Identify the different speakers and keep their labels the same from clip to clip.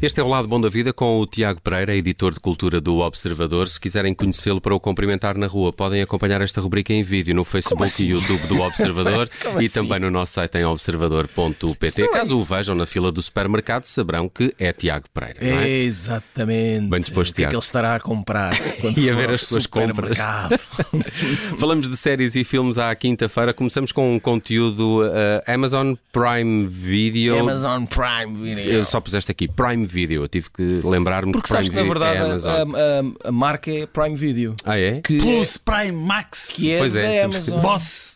Speaker 1: Este é o Lado Bom da Vida com o Tiago Pereira, editor de cultura do Observador. Se quiserem conhecê-lo para o cumprimentar na rua, podem acompanhar esta rubrica em vídeo no Facebook
Speaker 2: assim?
Speaker 1: e YouTube do Observador
Speaker 2: Como
Speaker 1: e
Speaker 2: assim? é-
Speaker 1: também no nosso site em observador.pt. Caso o vejam na fila do supermercado, saberão que é Tiago Pereira, não é?
Speaker 2: Exatamente.
Speaker 1: Bem disposto,
Speaker 2: o que é
Speaker 1: Tiago.
Speaker 2: que ele estará a comprar quando
Speaker 1: E a
Speaker 2: for
Speaker 1: ver
Speaker 2: ao
Speaker 1: as suas
Speaker 2: supermercado? É.
Speaker 1: Falamos de séries e filmes à quinta-feira. Começamos com um conteúdo eh, Amazon Prime Video.
Speaker 2: Amazon Prime Video.
Speaker 1: Eu só puseste aqui Prime Video. Eu tive que lembrar-me
Speaker 2: Porque
Speaker 1: que Prime
Speaker 2: sabes que na
Speaker 1: Video
Speaker 2: verdade
Speaker 1: é
Speaker 2: a,
Speaker 1: Amazon.
Speaker 2: a- a- a marca é Prime Video.
Speaker 1: Ah, é?
Speaker 2: Que
Speaker 3: Plus Prime Max.
Speaker 2: que é
Speaker 1: Pois é,
Speaker 2: da
Speaker 1: temos que-
Speaker 2: Amazon.
Speaker 3: Boss.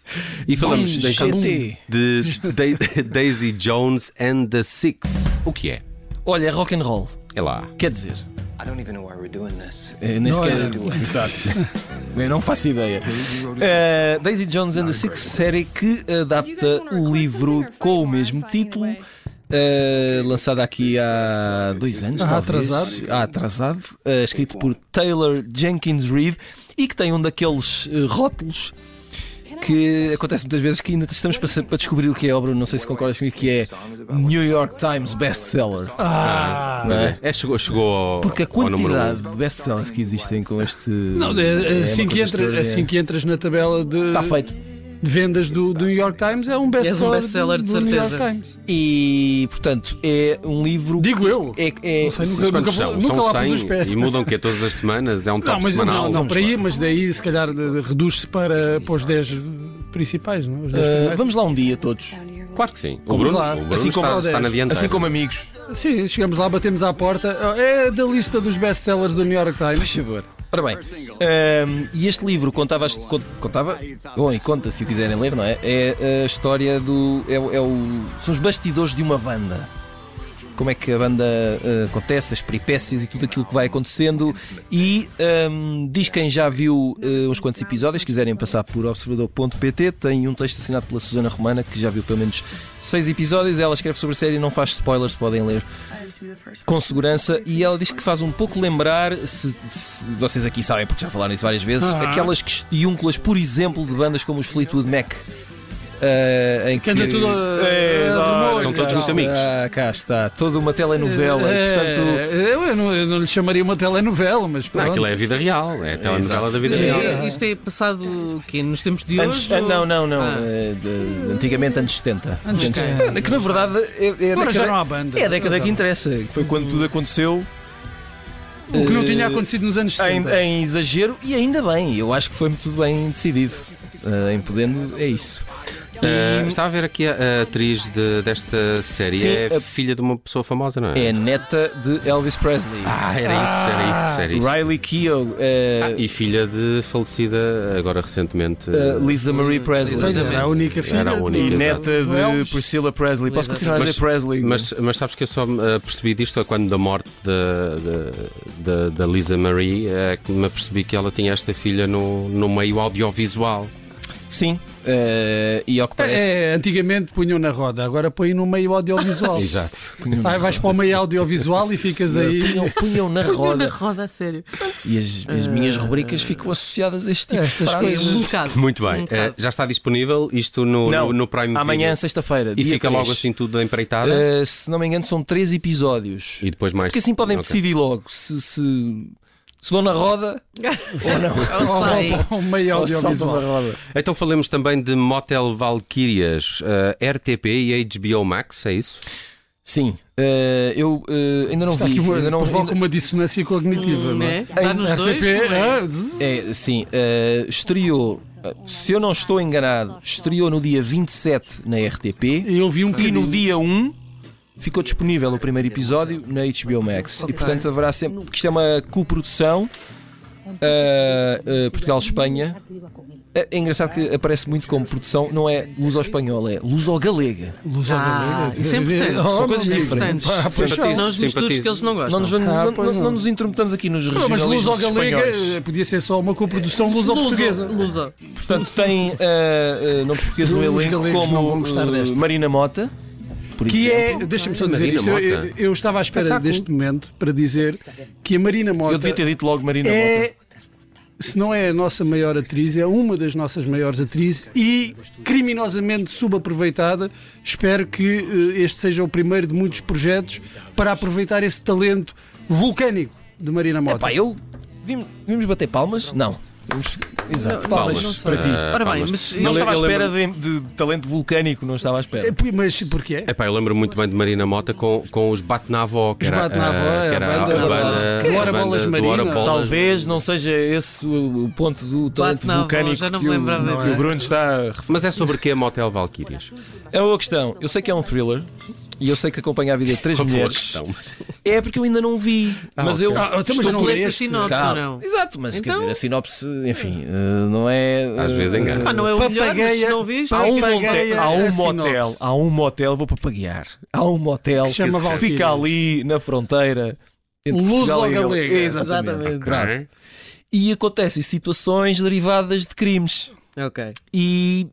Speaker 1: E falamos
Speaker 2: Hum,
Speaker 1: de, um,
Speaker 2: GT.
Speaker 1: de Da- Daisy Jones and the Six. O que é?
Speaker 2: Olha, é rock and roll.
Speaker 1: É lá.
Speaker 2: Quer dizer,
Speaker 4: I don't even know why we're doing this.
Speaker 2: eh, nem sequer. Exato. Eu não faço ideia. Eh, Daisy Jones and the Six série que adapta o livro com o mesmo título. eh, lançada aqui há dois anos,
Speaker 3: Ah,
Speaker 2: talvez.
Speaker 3: atrasado.
Speaker 2: Ah, atrasado. eh, escrito por Taylor Jenkins Reid e que tem um daqueles eh, rótulos que acontece muitas vezes que ainda estamos para, para descobrir o que é a obra, não sei se concordas comigo, que é New York Times bestseller.
Speaker 3: Ah.
Speaker 1: Mas é. É, chegou, chegou ao,
Speaker 2: Porque a
Speaker 1: ao número um.
Speaker 2: quantidade de bestsellers que existem com este. eh,
Speaker 3: Não, é- é assim, que entra, assim que entras na tabela de,
Speaker 2: Está Tá feito.
Speaker 3: de vendas do, do New York Times, é um
Speaker 5: És um
Speaker 3: best-seller
Speaker 5: best-seller,
Speaker 3: do,
Speaker 5: de
Speaker 3: do New York
Speaker 5: certeza.
Speaker 3: Times.
Speaker 2: E, portanto, é um livro.
Speaker 3: Digo eu.
Speaker 2: É, é,
Speaker 3: Não sei,
Speaker 1: um.
Speaker 3: nunca-
Speaker 1: Mas
Speaker 3: nunca-
Speaker 1: quantos são?
Speaker 3: nunca lá
Speaker 1: São
Speaker 3: pus os
Speaker 1: 100
Speaker 3: pés.
Speaker 1: e mudam o quê? Todas as semanas? É um top
Speaker 3: Não, mas
Speaker 1: semanal?
Speaker 3: não, não para aí, mas daí se calhar de- de- reduz-se para, para os 10 principais, não? é? Os 10
Speaker 2: eh,
Speaker 3: primeiros.
Speaker 2: vamos lá um dia todos.
Speaker 1: Claro que sim. O
Speaker 2: Vamos
Speaker 1: Bruno,
Speaker 2: lá.
Speaker 1: o Bruno
Speaker 2: Assim como-
Speaker 1: está, está na dianteira.
Speaker 2: Assim como amigos.
Speaker 3: Sim, chegamos lá, batemos à porta. Ah, É da lista dos best-sellers do New York Times.
Speaker 2: Faz favor. Ora bem, ehm, e este livro contava, as- con- contava, bom, e conta se o quiserem ler, não é? É a história do. É, o- é o, são os bastidores de uma banda. Como é que a banda eh, acontece, as peripécias e tudo aquilo que vai acontecendo. E ehm, diz quem já viu eh, uns quantos episódios, se quiserem passar por observador.pt, tem um texto assinado pela Susana Romana que já viu pelo menos seis episódios. Ela escreve sobre a série, não faz spoilers, podem ler com segurança e ela diz que faz um pouco lembrar, se, se- vocês aqui sabem porque já falaram isso várias vezes,
Speaker 3: Ah.
Speaker 2: aquelas questiúnculas, por exemplo, de bandas como os Fleetwood Mac. ah, em que
Speaker 3: Que anda tudo eh, a-
Speaker 2: É,
Speaker 3: a- a rumor,
Speaker 1: são todos
Speaker 3: cara.
Speaker 1: muito amigos.
Speaker 2: Ah, cá está, toda uma telenovela. e, portanto,
Speaker 3: É, eu, não, eu não lhe chamaria uma telenovela, mas
Speaker 1: Não,
Speaker 3: pronto.
Speaker 1: aquilo é a vida real. É a telenovela
Speaker 2: Exato.
Speaker 1: da vida
Speaker 5: Isto
Speaker 1: real.
Speaker 5: é, isto é passado o quê? Nos tempos de hoje?
Speaker 2: Antes, ah, não, não, não.
Speaker 5: Ah.
Speaker 2: eh, de- antigamente anos 70.
Speaker 3: Antes 70.
Speaker 2: Que na verdade é, é, a
Speaker 3: Agora já
Speaker 2: década-
Speaker 3: não há banda.
Speaker 2: é a década que interessa. Foi quando tudo aconteceu
Speaker 3: O que não tinha
Speaker 2: Eh,
Speaker 3: acontecido nos anos 60.
Speaker 2: em, em exagero e ainda bem. Eu acho que foi muito bem decidido. Ah, em podendo, é isso.
Speaker 1: Ah, estava a ver aqui a, a atriz de- desta série.
Speaker 2: Sim,
Speaker 1: é
Speaker 2: a-
Speaker 1: filha de uma pessoa famosa, não é?
Speaker 2: É a neta de Elvis Presley.
Speaker 1: Ah, era isso, era isso, era isso.
Speaker 2: Riley Keough, eh,
Speaker 1: Ah, e filha de falecida agora recentemente.
Speaker 2: eh, Lisa Marie Presley.
Speaker 3: Pois era a única filha. é?
Speaker 1: Era a
Speaker 3: do-
Speaker 1: única,
Speaker 2: E
Speaker 1: exato.
Speaker 2: neta
Speaker 3: do
Speaker 2: de
Speaker 3: Elvis.
Speaker 2: Priscilla Presley. Posso continuar a dizer
Speaker 1: Mas-
Speaker 2: Presley?
Speaker 1: Mas, mas sabes que eu só me percebi disto é quando da morte da- da da- da Lisa Marie é que me apercebi que ela tinha esta filha no, no meio audiovisual.
Speaker 2: Sim. eh, e ao que parece.
Speaker 3: É, antigamente punham na roda, agora põem no meio audiovisual.
Speaker 1: Exato.
Speaker 3: é. Ai, vais para o meio audiovisual e ficas aí. Eh,
Speaker 2: Punham, punham na
Speaker 5: Olha, na
Speaker 2: roda.
Speaker 5: roda, a sério.
Speaker 2: E as, as minhas rubricas ficam associadas a este tipo de
Speaker 3: Estas
Speaker 2: frases.
Speaker 5: É um bocado.
Speaker 1: Muito bem. Eh,
Speaker 5: Um bocado.
Speaker 1: já está disponível isto no,
Speaker 2: Não,
Speaker 1: no, no Prime
Speaker 2: Amanhã,
Speaker 1: Video.
Speaker 2: sexta-feira.
Speaker 1: E
Speaker 2: dia
Speaker 1: fica
Speaker 2: três.
Speaker 1: logo assim tudo empreitada.
Speaker 2: Eh, se não me engano, são três episódios.
Speaker 1: e depois mais.
Speaker 2: Porque assim podem
Speaker 1: Ok.
Speaker 2: decidir logo se, se, se vão na roda ou não.
Speaker 3: Ou
Speaker 5: Sai.
Speaker 3: vão para o meio
Speaker 2: Ou se saltam
Speaker 3: audiovisual.
Speaker 2: na roda.
Speaker 1: Então falemos também de Motel Valkyrias, eh, RTP e HBO Max, é isso?
Speaker 2: Sim, eh, eu eh, ainda não
Speaker 3: Está
Speaker 2: vi.
Speaker 3: aqui uma,
Speaker 2: ainda não
Speaker 3: provoca
Speaker 2: ainda-
Speaker 3: uma dissonância cognitiva.
Speaker 5: Hum,
Speaker 3: não
Speaker 5: né?
Speaker 3: é?
Speaker 5: Dá-nos dois.
Speaker 3: RTP,
Speaker 5: como é?
Speaker 3: ah, zzz.
Speaker 2: É, sim, eh, estreou, eh, se eu não estou enganado, estreou no dia 27 na RTP
Speaker 3: eu vi um
Speaker 2: e no
Speaker 3: bocadinho.
Speaker 2: dia 1 ficou disponível o primeiro episódio na HBO Max. E
Speaker 5: Ok.
Speaker 2: portanto haverá sempre. Porque isto é uma coprodução. eh, eh, Portugal-Espanha. É é engraçado que aparece muito como produção, não é luso-espanhola, é luso-galega.
Speaker 3: Luz ao
Speaker 5: Ah,
Speaker 3: galego.
Speaker 5: isso é importante.
Speaker 3: Oh,
Speaker 2: São coisas
Speaker 3: meu Deus.
Speaker 2: diferentes.
Speaker 3: Ah, pois
Speaker 1: Simpatizo.
Speaker 3: são.
Speaker 5: Não os misturos
Speaker 1: Simpatizo.
Speaker 5: que eles não
Speaker 2: Não
Speaker 5: gostam.
Speaker 2: nos, não,
Speaker 3: Ah,
Speaker 2: não-
Speaker 3: pois não.
Speaker 2: não nos interpretamos aqui nos
Speaker 3: Ah, Mas luz ao
Speaker 2: regionalismos
Speaker 3: galega
Speaker 2: espanhóis.
Speaker 3: eh, podia ser só uma coprodução luz ao
Speaker 5: Luso,
Speaker 3: portuguesa.
Speaker 5: Luso.
Speaker 2: Portanto, tem ah, ah, nomes portugueses no
Speaker 3: Os
Speaker 2: elenco
Speaker 3: galegos
Speaker 2: como
Speaker 3: não vão gostar
Speaker 2: ah,
Speaker 3: desta.
Speaker 2: Marina Mota, por
Speaker 3: Que é,
Speaker 2: exemplo.
Speaker 3: deixa-me só dizer
Speaker 1: Marina
Speaker 3: isto, eu,
Speaker 1: Mota.
Speaker 3: eu- eu estava à espera deste momento para dizer que a Marina Mota
Speaker 2: Eu devia ter dito logo Marina
Speaker 3: é se não é a nossa maior atriz, é uma das nossas maiores atrizes e criminosamente subaproveitada. Espero que eh, este seja o primeiro de muitos projetos para aproveitar esse talento vulcânico de Marina Mota.
Speaker 2: Epá, eu. Vimos, vimos bater palmas? Não. Vimos- Exato, palmas,
Speaker 1: Palmas,
Speaker 2: para ti.
Speaker 1: eh,
Speaker 5: Ora bem,
Speaker 1: palmas.
Speaker 5: mas
Speaker 1: eu
Speaker 5: eu
Speaker 2: Não estava à
Speaker 1: lembro-
Speaker 2: espera de, de talento vulcânico, não estava à
Speaker 3: Eh,
Speaker 2: espera.
Speaker 3: pu- Mas porquê?
Speaker 1: Epá, eu lembro É muito bem de Marina Mota com, com os Bate na Avó, que
Speaker 3: Os
Speaker 1: era,
Speaker 3: Bate na Avó,
Speaker 1: eh,
Speaker 3: é
Speaker 1: que
Speaker 3: a
Speaker 1: era a
Speaker 3: banda-
Speaker 1: banda,
Speaker 3: Que
Speaker 1: a
Speaker 3: Ora
Speaker 1: banda
Speaker 3: Bolas
Speaker 1: do
Speaker 3: Marina.
Speaker 1: Ora Bolas.
Speaker 2: Talvez não seja esse o o ponto do talento
Speaker 5: na avó,
Speaker 2: vulcânico
Speaker 5: já não
Speaker 2: que,
Speaker 5: me
Speaker 2: o,
Speaker 5: lembrava
Speaker 2: que
Speaker 5: disso.
Speaker 2: o Bruno está a referir.
Speaker 1: Mas é sobre que a Motel Valkyrias?
Speaker 2: É uma boa questão. Eu sei que é um thriller e eu sei que acompanha a vida de três
Speaker 1: Uma boa
Speaker 2: mulheres.
Speaker 1: questão.
Speaker 2: É porque eu ainda não vi. mas eu.
Speaker 3: Ah, então, mas
Speaker 2: estou
Speaker 3: não
Speaker 2: com
Speaker 3: é
Speaker 5: leste a
Speaker 3: este.
Speaker 5: sinopse ou
Speaker 2: Calma.
Speaker 5: não?
Speaker 2: Exato, mas
Speaker 5: Então-
Speaker 2: quer dizer, a sinopse, enfim, eh, não é.
Speaker 1: Às
Speaker 2: eh,
Speaker 1: vezes engana.
Speaker 5: Pá, não é o melhor, mas se
Speaker 3: Papagaia-
Speaker 5: não viste.
Speaker 2: Há um,
Speaker 3: Paguei
Speaker 2: monte-
Speaker 3: a-
Speaker 2: há um
Speaker 3: a
Speaker 2: motel,
Speaker 3: sinopse.
Speaker 2: há um motel, vou papaguear. Há um motel
Speaker 3: Que se chama
Speaker 2: que fica
Speaker 3: Valquírias.
Speaker 2: ali na fronteira. entre
Speaker 3: Luz
Speaker 2: Portugal
Speaker 3: ao
Speaker 2: e Galiza.
Speaker 3: Galega.
Speaker 2: Exatamente. Pronto. E acontecem situações derivadas de crimes.
Speaker 5: Ok.
Speaker 2: E.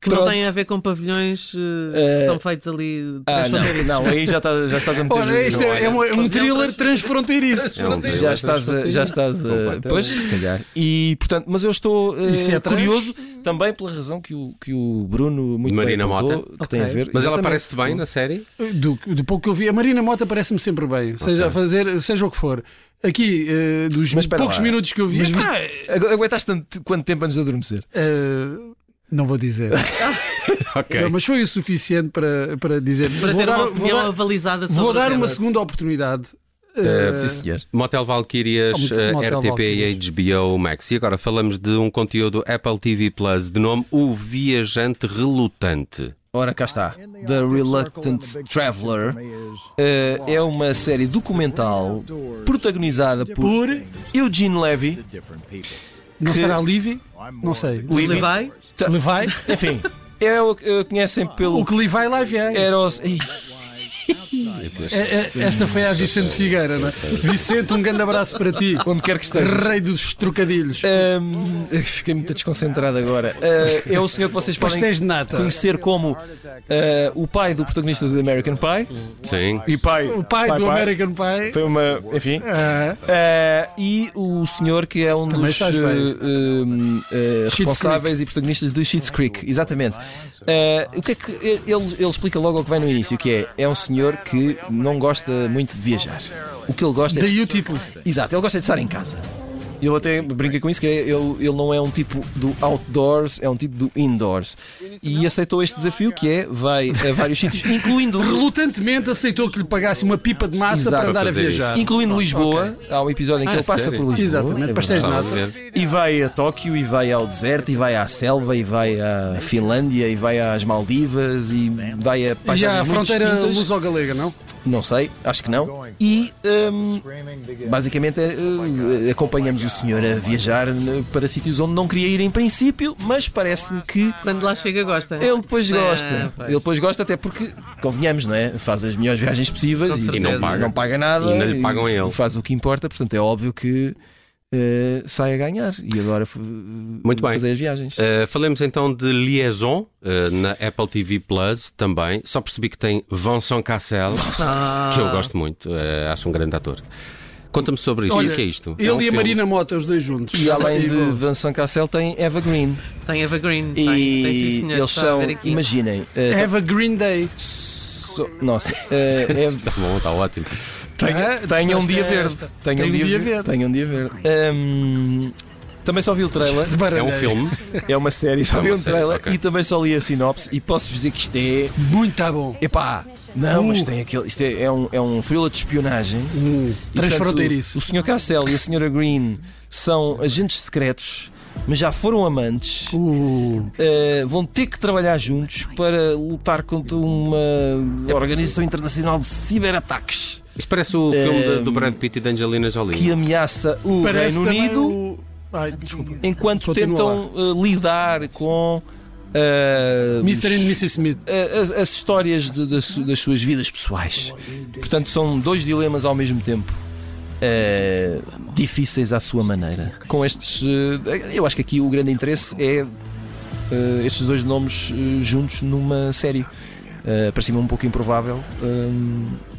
Speaker 5: Que não
Speaker 2: Pronto.
Speaker 5: têm a ver com pavilhões eh, que
Speaker 2: Eh,
Speaker 5: são feitos ali.
Speaker 2: Ah,
Speaker 5: transfronteiriços.
Speaker 2: não, não, aí já estás, já estás a meter.
Speaker 3: Ora, isto é, é um, é um thriller transfronteiriço.
Speaker 1: É um thriller.
Speaker 2: Já estás, a, já estás a,
Speaker 1: Completamente.
Speaker 2: Pois, se calhar. E, portanto, mas eu estou eh,
Speaker 3: Isso é trans?
Speaker 2: curioso também pela razão que o, que o Bruno muito
Speaker 1: Marina
Speaker 2: bem apontou,
Speaker 1: Mota.
Speaker 2: que tem a
Speaker 5: Ok.
Speaker 2: ver.
Speaker 1: Mas ela
Speaker 2: Exatamente.
Speaker 1: parece-te bem é? na série?
Speaker 3: Do, do pouco que eu vi, a Marina Mota parece-me sempre bem, seja, a fazer, seja o que for. Aqui, eh, dos
Speaker 2: Mas espera
Speaker 3: poucos
Speaker 2: lá.
Speaker 3: minutos que eu vi,
Speaker 2: Mas eh,
Speaker 3: epá,
Speaker 2: Agu- Aguentaste tanto, quanto tempo antes de adormecer?
Speaker 3: eh, não vou dizer.
Speaker 1: Ok.
Speaker 3: Não, mas foi o suficiente para, para dizer.
Speaker 5: Para
Speaker 3: vou
Speaker 5: ter
Speaker 3: dar,
Speaker 5: uma
Speaker 3: vou
Speaker 5: opinião
Speaker 3: dar-
Speaker 5: avalizada sobre
Speaker 3: vou dar uma
Speaker 5: o tema.
Speaker 3: segunda oportunidade.
Speaker 1: Eh,
Speaker 3: Eh,
Speaker 2: Sim, senhor.
Speaker 1: Motel Valkyrias,
Speaker 3: Ah, muito-
Speaker 1: eh,
Speaker 3: Motel
Speaker 1: RTP
Speaker 3: Valkyrias.
Speaker 1: e HBO Max. E agora falamos de um conteúdo Apple TV Plus de nome O Viajante Relutante.
Speaker 2: Ora, cá está. The Reluctant Traveler eh, é uma série documental protagonizada por Eugene Levy.
Speaker 3: não
Speaker 2: que-
Speaker 3: será Livy? Não sei.
Speaker 2: Levy.
Speaker 5: Levi?
Speaker 3: Levi?
Speaker 2: Enfim, é o que eh, conhecem
Speaker 3: O
Speaker 2: pelo.
Speaker 3: que Levi lá vem.
Speaker 2: Era o... Ih,
Speaker 3: É, é, esta foi a Vicente Figueira, não é? Vicente, um grande abraço para ti.
Speaker 2: Onde quer que estejas.
Speaker 3: Rei dos trocadilhos.
Speaker 2: Ahm, fiquei muito desconcentrado agora. Ah, é o senhor que vocês podem
Speaker 3: Pastéis de nata.
Speaker 2: conhecer como ah, o pai do protagonista de American Pie.
Speaker 1: Sim.
Speaker 2: E pai.
Speaker 3: O pai do American Pie.
Speaker 2: Foi um- uma. Enfim.
Speaker 3: Ah,
Speaker 2: Ah, e o senhor que é um
Speaker 3: Também
Speaker 2: dos
Speaker 3: estás bem.
Speaker 2: ah, ahm, ah,
Speaker 3: Schitt's
Speaker 2: responsáveis e protagonistas de Sheets Creek, exatamente. Ah, o que é que ele, ele explica logo o que vai no início, que é é um senhor que não gosta muito de viajar. O que ele gosta é de
Speaker 3: daí o título.
Speaker 2: Exato, ele gosta de estar em casa. Ele até brinca com isso, que é, ele, ele não é um tipo do outdoors, é um tipo do indoors. E aceitou este desafio, que é, vai a vários sítios, incluindo,
Speaker 3: Relutantemente aceitou que lhe pagasse uma pipa de massa
Speaker 2: Exato.
Speaker 3: para andar
Speaker 1: Para
Speaker 3: a
Speaker 1: fazer
Speaker 3: viajar.
Speaker 2: incluindo Lisboa. Há um episódio em que
Speaker 1: Ah,
Speaker 2: ele passa
Speaker 1: sério?
Speaker 2: por Lisboa.
Speaker 3: Exatamente,
Speaker 2: é
Speaker 3: pastéis de
Speaker 2: verdade.
Speaker 1: Estava a
Speaker 3: nada.
Speaker 1: ver.
Speaker 2: E vai a Tóquio, e vai ao deserto, e vai à selva, e vai à Finlândia, e vai às Maldivas, e vai a
Speaker 3: E
Speaker 2: paisagens
Speaker 3: há a
Speaker 2: muito
Speaker 3: fronteira
Speaker 2: distintas.
Speaker 3: luso-galega, não?
Speaker 2: Não sei, acho que não. E hum, basicamente eh, eh, acompanhamos o senhor a viajar né, para sítios onde não queria ir em princípio, mas parece-me que
Speaker 5: Quando lá chega, gosta.
Speaker 2: ele depois
Speaker 5: Ah,
Speaker 2: gosta.
Speaker 5: pois.
Speaker 2: Ele depois gosta até porque, convenhamos, não é? Faz as melhores viagens
Speaker 5: Com
Speaker 2: possíveis e,
Speaker 5: certeza.
Speaker 1: E não paga.
Speaker 2: não paga nada.
Speaker 1: E não lhe pagam a ele.
Speaker 2: Faz o que importa, portanto é óbvio que eh, sai a ganhar e adora f-
Speaker 1: Muito bem.
Speaker 2: fazer as viagens.
Speaker 1: Uh, falemos então de Liaison uh, na Apple TV Plus também. Só percebi que tem Vincent Cassel,
Speaker 5: Cassel.
Speaker 1: que eu gosto muito, uh, acho um grande ator. Conta-me sobre isto. e o que é isto?
Speaker 3: Ele
Speaker 1: É um
Speaker 3: e a
Speaker 1: filme.
Speaker 3: Marina Mota, os dois juntos.
Speaker 2: E além de
Speaker 3: bom.
Speaker 2: Vincent Cassel tem Eva Green.
Speaker 5: Tem Eva Green.
Speaker 2: E
Speaker 5: tem, tem, sim, senhor.
Speaker 2: eles
Speaker 5: Está a
Speaker 2: são,
Speaker 5: ver aqui.
Speaker 2: imaginem, eh,
Speaker 3: É Have a Green Day.
Speaker 2: So- nossa, eh, é-
Speaker 1: Está Tá bom, está ótimo.
Speaker 3: Ah,
Speaker 2: tenha um
Speaker 3: gostaste
Speaker 2: dia verde.
Speaker 3: desta?
Speaker 2: Tenha
Speaker 3: Tem um dia verde.
Speaker 2: Tenha um dia verde. Ahm, também só vi o trailer.
Speaker 3: De baralheira.
Speaker 1: É um filme.
Speaker 2: É uma série, só
Speaker 1: É
Speaker 2: vi
Speaker 1: uma
Speaker 2: um
Speaker 1: série,
Speaker 2: trailer
Speaker 1: ok.
Speaker 2: e também só li a sinopse. E posso dizer que isto é.
Speaker 3: Muito tá bom.
Speaker 2: Epá! Não, mas
Speaker 1: Uh.
Speaker 2: tem aquele. Isto é, é um, é um thriller de espionagem. E, portanto,
Speaker 3: Transfronteiriço.
Speaker 2: O, o Sr. Cassel e a Sra. Green são agentes secretos, mas já foram amantes.
Speaker 3: Uh,
Speaker 2: Uh, vão ter que trabalhar juntos para lutar contra uma
Speaker 1: É
Speaker 2: organização internacional de ciberataques
Speaker 1: Isto parece o
Speaker 2: É,
Speaker 1: filme de- do Brad Pitt e da Angelina Jolie.
Speaker 2: que ameaça o
Speaker 3: parece
Speaker 2: Reino
Speaker 3: também
Speaker 2: Unido
Speaker 3: o- Ai, desculpa.
Speaker 2: enquanto
Speaker 3: Continua
Speaker 2: tentam uh, lidar com uh,
Speaker 3: Mr. and
Speaker 2: os-
Speaker 3: Mrs. Smith.
Speaker 2: a- as, as histórias de- das, su- das suas vidas pessoais. Portanto, são dois dilemas ao mesmo tempo. eh, difíceis à sua maneira. Com estes. eh, eu acho que aqui o grande interesse é eh, estes dois nomes eh, juntos numa série. Eh, Parecia-me um pouco improvável. eh,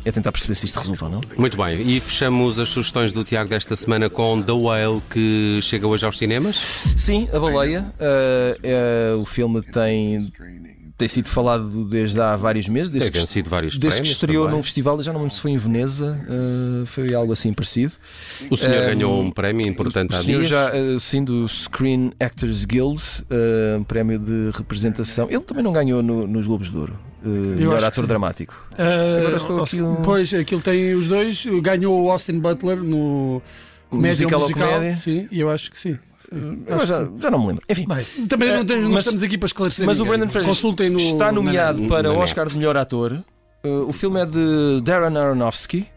Speaker 2: é tentar perceber se isto resulta ou não.
Speaker 1: Muito bem, e fechamos as sugestões do Tiago desta semana com The Whale, que chega hoje aos cinemas.
Speaker 2: Sim, a baleia. ah, ah, o filme tem, tem sido falado desde há vários meses, desde,
Speaker 1: Tem vencido vários
Speaker 2: desde que
Speaker 1: prémios
Speaker 2: estreou
Speaker 1: também.
Speaker 2: num festival, já não me lembro se foi em Veneza, ah, foi algo assim parecido.
Speaker 1: O senhor
Speaker 2: Ah,
Speaker 1: ganhou um prémio importante
Speaker 2: O
Speaker 1: há
Speaker 2: senhor
Speaker 1: dias.
Speaker 2: já, eh, sim, do Screen Actors Guild, eh, um prémio de representação. Ele também não ganhou no- nos Globos de Ouro. eh, melhor
Speaker 3: acho que
Speaker 2: ator
Speaker 3: sim.
Speaker 2: dramático.
Speaker 3: Ah,
Speaker 2: Agora estou aqui um-
Speaker 3: Pois, aquilo tem os dois. Ganhou o Austin Butler no Comédia
Speaker 2: Musical
Speaker 3: musical.
Speaker 2: ou comédia?
Speaker 3: Sim, e eu acho que sim.
Speaker 2: Eu já, já não me lembro. Enfim,
Speaker 3: Bem, também não, tem- não
Speaker 2: É, mas-
Speaker 3: estamos aqui para esclarecer.
Speaker 2: mas o
Speaker 3: ninguém.
Speaker 2: Brandon Fraser
Speaker 3: Consultem no,
Speaker 2: está nomeado
Speaker 1: na-
Speaker 2: para
Speaker 1: na
Speaker 2: o
Speaker 1: net.
Speaker 2: Oscar de melhor ator. Eh, o filme é de Darren Aronofsky,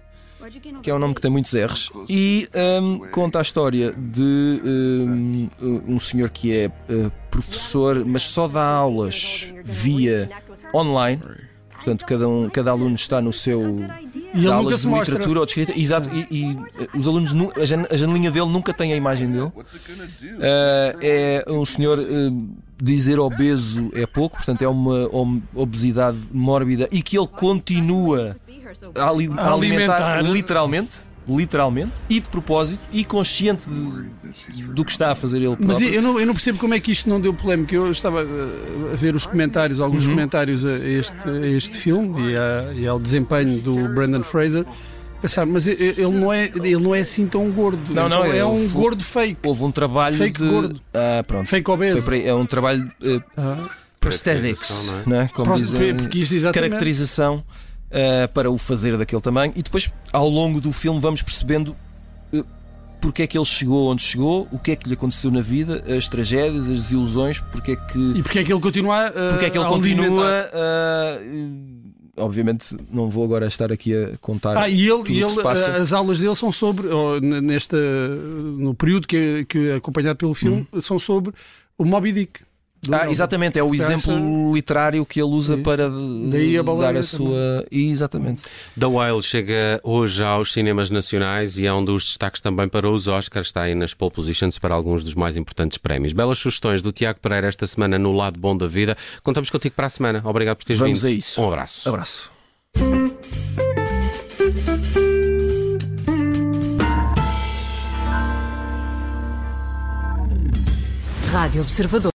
Speaker 2: que é um nome que tem muitos R's, e ehm, conta a história de ehm, um senhor que é eh, professor, mas só dá aulas via online. Portanto, cada, um, cada aluno está no seu
Speaker 3: E ele
Speaker 2: dá
Speaker 3: nunca
Speaker 2: aulas
Speaker 3: se
Speaker 2: de
Speaker 3: mostra.
Speaker 2: literatura ou de escrita. Exato, e, e, eh, os alunos, nu- a, jan- a janelinha dele nunca tem a imagem dele. Ah, é um senhor, eh, dizer obeso é pouco, portanto é uma om- obesidade mórbida e que ele continua a, ali- a alimentar,
Speaker 3: A alimentar.
Speaker 2: literalmente. Literalmente e de propósito e consciente de- do que está a fazer ele
Speaker 3: Mas
Speaker 2: próprio.
Speaker 3: eu não, eu não percebo como é que isto não deu polémica. Eu estava uh, a ver os comentários, alguns
Speaker 2: Uhum.
Speaker 3: comentários a este, a este filme e, a- e ao desempenho do Brandon Fraser. Pensar, mas e- e- ele não, é, ele não é assim tão gordo.
Speaker 2: Não,
Speaker 3: Então
Speaker 2: não,
Speaker 3: é
Speaker 2: ele
Speaker 3: um
Speaker 2: foi-
Speaker 3: gordo fake.
Speaker 2: Houve um trabalho
Speaker 3: Fake
Speaker 2: de.
Speaker 3: gordo.
Speaker 2: Ah, pronto.
Speaker 3: Fake
Speaker 2: Foi
Speaker 3: obeso.
Speaker 2: para aí, é um trabalho eh,
Speaker 3: Ah,
Speaker 2: prosthetics,
Speaker 1: Não é?
Speaker 2: não é? Como
Speaker 3: pró-
Speaker 2: dizem-
Speaker 3: porque isto exatamente.
Speaker 2: caracterização uh, para o fazer daquele tamanho e depois ao longo do filme vamos percebendo uh, porque é que ele chegou onde chegou, o que é que lhe aconteceu na vida, as tragédias, as desilusões, porque é que,
Speaker 3: E porque é que ele continua uh,
Speaker 2: porque é que ele
Speaker 3: a alimentar?
Speaker 2: continua. uh, obviamente não vou agora estar aqui a contar.
Speaker 3: Ah, e ele,
Speaker 2: o
Speaker 3: e
Speaker 2: que
Speaker 3: ele,
Speaker 2: se passa.
Speaker 3: ah, as aulas dele são sobre, ou n- nesta, no período que, que é acompanhado pelo filme, são sobre o Moby Dick. do
Speaker 2: Uhum. Ah,
Speaker 3: Melville.
Speaker 2: exatamente, é o
Speaker 3: Essa-
Speaker 2: exemplo literário que ele usa
Speaker 3: Sim.
Speaker 2: para
Speaker 3: Daí a
Speaker 2: uh,
Speaker 3: baleia
Speaker 2: dar a
Speaker 3: também.
Speaker 2: sua. Exatamente.
Speaker 1: The Whale chega hoje aos cinemas nacionais e é um dos destaques também para os Oscars. Está aí nas pole positions para alguns dos mais importantes prémios. Belas sugestões do Tiago Pereira esta semana no Lado Bom da Vida. Contamos contigo para a semana. Obrigado por teres
Speaker 2: Vamos
Speaker 1: vindo.
Speaker 2: a isso.
Speaker 1: Um abraço.
Speaker 2: Abraço.
Speaker 6: Rádio Observador.